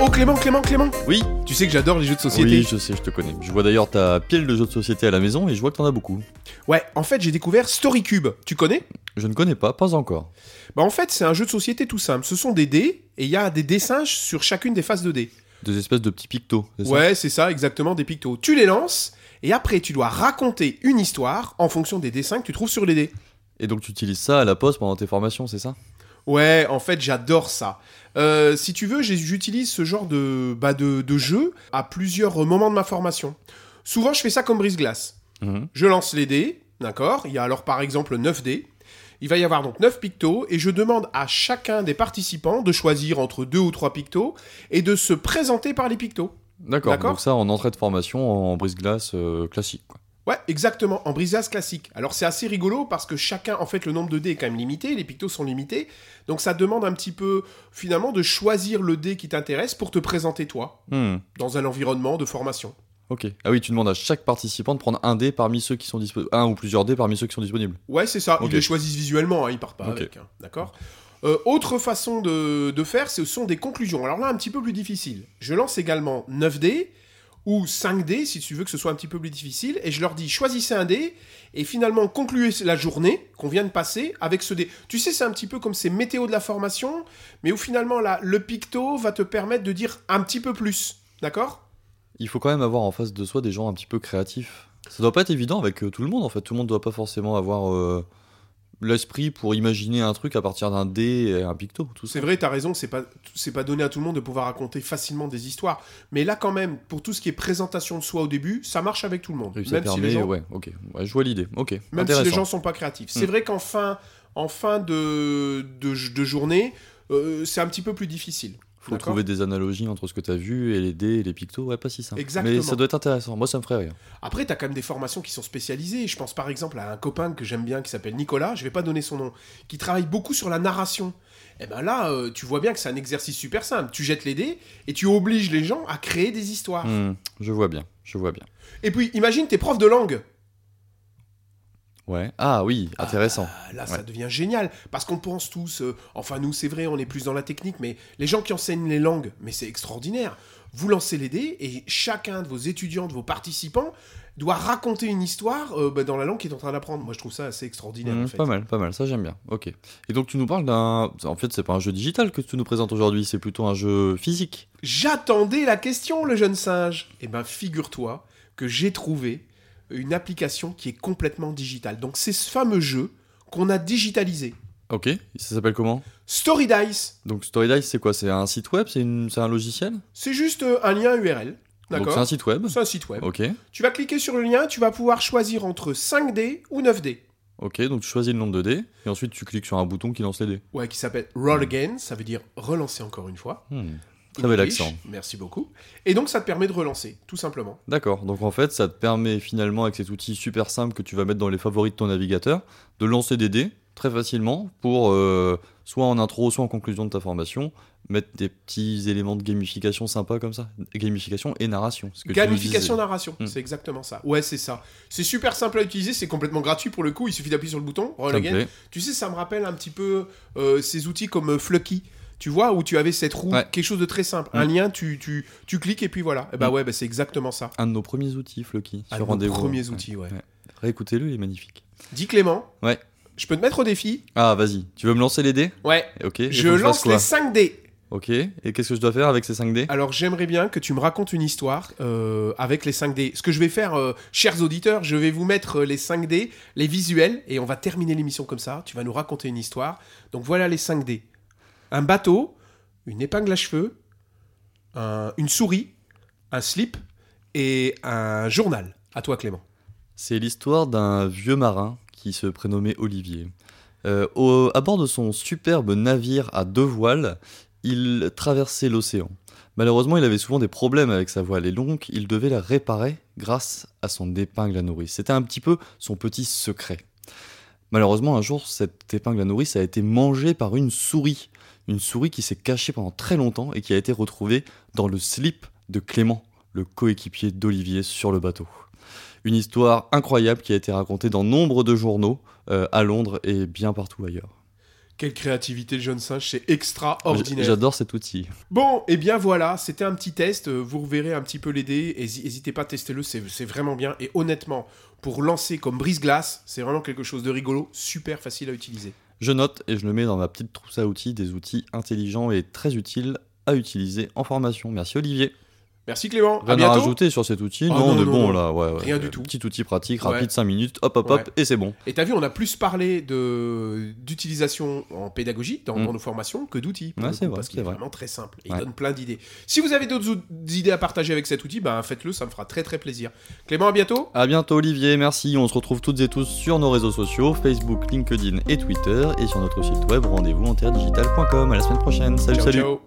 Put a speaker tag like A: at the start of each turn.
A: Oh, Clément, Clément, Clément
B: Oui.
A: Tu sais que j'adore les jeux de société.
B: Oui, je sais, je te connais. Je vois d'ailleurs ta pile de jeux de société à la maison et je vois que t'en as beaucoup.
A: Ouais, en fait, j'ai découvert StoryCube. Tu connais
B: Je ne connais pas, pas encore.
A: Bah, en fait, c'est un jeu de société tout simple. Ce sont des dés et il y a des dessins sur chacune des faces de dés.
B: Des espèces de petits pictos. c'est ça
A: Ouais, c'est ça, exactement, des pictos. Tu les lances et après, tu dois raconter une histoire en fonction des dessins que tu trouves sur les dés.
B: Et donc tu utilises ça à la poste pendant tes formations, c'est ça
A: Ouais, en fait, j'adore ça. Euh, si tu veux, j'ai- j'utilise ce genre de, bah, de, de jeu à plusieurs moments de ma formation. Souvent, je fais ça comme brise-glace.
B: Mhm.
A: Je lance les dés, d'accord Il y a alors par exemple 9 dés. Il va y avoir donc 9 pictos et je demande à chacun des participants de choisir entre deux ou trois pictos et de se présenter par les pictos.
B: D'accord.
A: D'accord.
B: Donc ça en entrée de formation, en brise-glace euh, classique. Quoi.
A: Ouais, exactement, en brisage classique. Alors c'est assez rigolo parce que chacun, en fait, le nombre de dés est quand même limité, les pictos sont limités, donc ça demande un petit peu, finalement, de choisir le dé qui t'intéresse pour te présenter toi,
B: Hmm,
A: dans un environnement de formation.
B: Ok. Ah oui, tu demandes à chaque participant de prendre un dé parmi ceux qui sont disponibles, un ou plusieurs dés parmi ceux qui sont disponibles.
A: Ouais, c'est ça,
B: Ok.
A: ils les choisissent visuellement, hein, ils partent pas
B: Ok.
A: avec, hein, d'accord Euh, Autre façon de, de faire, ce sont des conclusions. Alors là, un petit peu plus difficile. Je lance également 9 dés, ou 5 dés, si tu veux que ce soit un petit peu plus difficile, et je leur dis, choisissez un dé, et finalement concluez la journée qu'on vient de passer avec ce dé. Tu sais, c'est un petit peu comme ces météos de la formation, mais où finalement, là, le picto va te permettre de dire un petit peu plus, d'accord
B: Il faut quand même avoir en face de soi des gens un petit peu créatifs. Ça doit pas être évident avec euh, tout le monde en fait. Tout le monde doit pas forcément avoir euh, l'esprit pour imaginer un truc à partir d'un dé et un picto. Tout ça.
A: C'est vrai, t'as raison, c'est pas, c'est pas donné à tout le monde de pouvoir raconter facilement des histoires. Mais là, quand même, pour tout ce qui est présentation de soi au début, ça marche avec tout le monde.
B: Et ça
A: Même, si
B: permet,
A: les, gens,
B: ouais, ok. Ouais, je vois l'idée. Ok.
A: même si
B: Intéressant.
A: les gens sont pas créatifs. C'est
B: Hmm.
A: vrai qu'en fin, en fin de, de, de journée, euh, c'est un petit peu plus difficile.
B: Faut
A: D'accord
B: trouver des analogies entre ce que t'as vu et les dés et les pictos, ouais, pas si simple.
A: Exactement.
B: Mais ça doit être intéressant. Moi, ça me ferait rire.
A: Après, t'as quand même des formations qui sont spécialisées. Je pense par exemple à un copain que j'aime bien qui s'appelle Nicolas, je vais pas donner son nom, qui travaille beaucoup sur la narration. Et ben là, euh, tu vois bien que c'est un exercice super simple. Tu jettes les dés et tu obliges les gens à créer des histoires.
B: Hmm, je vois bien, je vois bien.
A: Et puis, imagine t'es prof de langue.
B: Ouais. Ah oui, intéressant.
A: Ah, là, ça
B: Ouais.
A: devient génial. Parce qu'on pense tous, euh, enfin nous, c'est vrai, on est plus dans la technique, mais les gens qui enseignent les langues, mais c'est extraordinaire. Vous lancez les dés et chacun de vos étudiants, de vos participants, doit raconter une histoire euh, bah, dans la langue qu'il est en train d'apprendre. Moi, je trouve ça assez extraordinaire,
B: Hmm,
A: en fait.
B: Pas mal, pas mal. Ça, j'aime bien. Ok. Et donc, tu nous parles d'un. En fait, c'est pas un jeu digital que tu nous présentes aujourd'hui. C'est plutôt un jeu physique.
A: J'attendais la question, le jeune singe. Eh ben, figure-toi que j'ai trouvé une application qui est complètement digitale. Donc, c'est ce fameux jeu qu'on a digitalisé.
B: Ok. Ça s'appelle comment
A: Story Dice,
B: Donc, Storydice, c'est quoi C'est un site web C'est une... c'est un logiciel
A: c'est juste euh, un lien URL.
B: Donc, c'est un
A: D'accord
B: site web.
A: C'est un site web.
B: Ok.
A: Tu vas cliquer sur le lien, tu vas pouvoir choisir entre 5D ou 9D.
B: Ok. Donc, tu choisis le nombre de dés et ensuite tu cliques sur un bouton qui lance les dés.
A: Ouais, qui s'appelle Roll Again, ça veut dire relancer encore une fois.
B: Hmm. Très
A: In
B: bel
A: English,
B: accent.
A: Merci beaucoup. Et donc ça te permet de relancer, tout simplement.
B: D'accord, donc en fait ça te permet finalement avec cet outil super simple que tu vas mettre dans les favoris de ton navigateur de lancer des dés très facilement pour euh, soit en intro soit en conclusion de ta formation mettre des petits éléments de gamification sympa comme ça, gamification et narration. ce que tu nous
A: Gamification
B: disais.
A: narration,
B: Hmm.
A: c'est exactement ça. Ouais, c'est ça. C'est super simple à utiliser, c'est complètement gratuit pour le coup, il suffit d'appuyer sur le bouton Roll
B: Ça me
A: Again.
B: plaît.
A: Tu sais, ça me rappelle un petit peu euh, ces outils comme euh, Flucky. Tu vois, où tu avais cette roue,
B: Ouais.
A: quelque chose de très simple. Un
B: Hmm.
A: lien, tu, tu, tu cliques et puis voilà. Et bah
B: Hmm.
A: ouais, bah, c'est exactement ça.
B: Un de nos premiers outils, Floki,
A: Un
B: sur
A: de nos
B: rendez-vous.
A: premiers outils, ouais.
B: Ouais. Réécoutez-le, il est magnifique.
A: Dis Clément,
B: Ouais.
A: je peux te mettre au défi
B: Ah vas-y, tu veux me lancer les dés
A: Ouais.
B: Ok. et
A: Je
B: faut que fasse
A: lance
B: quoi
A: les 5 dés.
B: Ok, et qu'est-ce que je dois faire avec ces 5 dés
A: Alors j'aimerais bien que tu me racontes une histoire euh, avec les 5 dés. Ce que je vais faire, euh, chers auditeurs, je vais vous mettre euh, les 5 dés, les visuels, et on va terminer l'émission comme ça. Tu vas nous raconter une histoire. Donc voilà les 5 dés. Un bateau, une épingle à cheveux, un- une souris, un slip et un journal. À toi Clément.
B: C'est l'histoire d'un vieux marin qui se prénommait Olivier. Euh, au- à bord de son superbe navire à deux voiles, il traversait l'océan. Malheureusement, il avait souvent des problèmes avec sa voile et donc il devait la réparer grâce à son épingle à nourrice. C'était un petit peu son petit secret. Malheureusement, un jour, cette épingle à nourrice a été mangée par une souris. Une souris qui s'est cachée pendant très longtemps et qui a été retrouvée dans le slip de Clément, le coéquipier d'Olivier sur le bateau. Une histoire incroyable qui a été racontée dans nombre de journaux euh, à Londres et bien partout ailleurs.
A: Quelle créativité, le jeune singe, c'est extraordinaire.
B: J'adore cet outil.
A: Bon, et eh bien voilà, c'était un petit test. euh, Vous reverrez un petit peu les dés. N'hésitez pas, testez-le, c'est c'est vraiment bien. Et honnêtement, pour lancer comme brise-glace, c'est vraiment quelque chose de rigolo, super facile à utiliser.
B: Je note et je le mets dans ma petite trousse à outils, des outils intelligents et très utiles à utiliser en formation. Merci Olivier.
A: Merci Clément, à
B: Rien à,
A: bientôt.
B: rajouter sur cet outil
A: Ah
B: Non,
A: non,
B: on est
A: non,
B: bon
A: non.
B: là. Ouais, ouais.
A: Rien du
B: Euh,
A: tout.
B: Petit outil pratique,
A: Ouais.
B: rapide, 5 minutes, hop hop hop,
A: Ouais.
B: et c'est bon.
A: Et t'as vu, on a plus parlé de d'utilisation en pédagogie dans,
B: Mm.
A: dans nos formations que d'outils. pour
B: Ouais,
A: le
B: c'est
A: coup,
B: vrai,
A: Parce qu'il est
B: c'est vrai.
A: vraiment très simple. Et
B: Ouais.
A: Il donne plein d'idées. Si vous avez d'autres ou- idées à partager avec cet outil, ben faites-le, ça me fera très très plaisir. Clément, à bientôt.
B: À bientôt Olivier, merci. On se retrouve toutes et tous sur nos réseaux sociaux, Facebook, LinkedIn et Twitter, et sur notre site web rendez-vous en terredigital.com. À la semaine prochaine. Salut,
A: ciao,
B: salut.
A: ciao.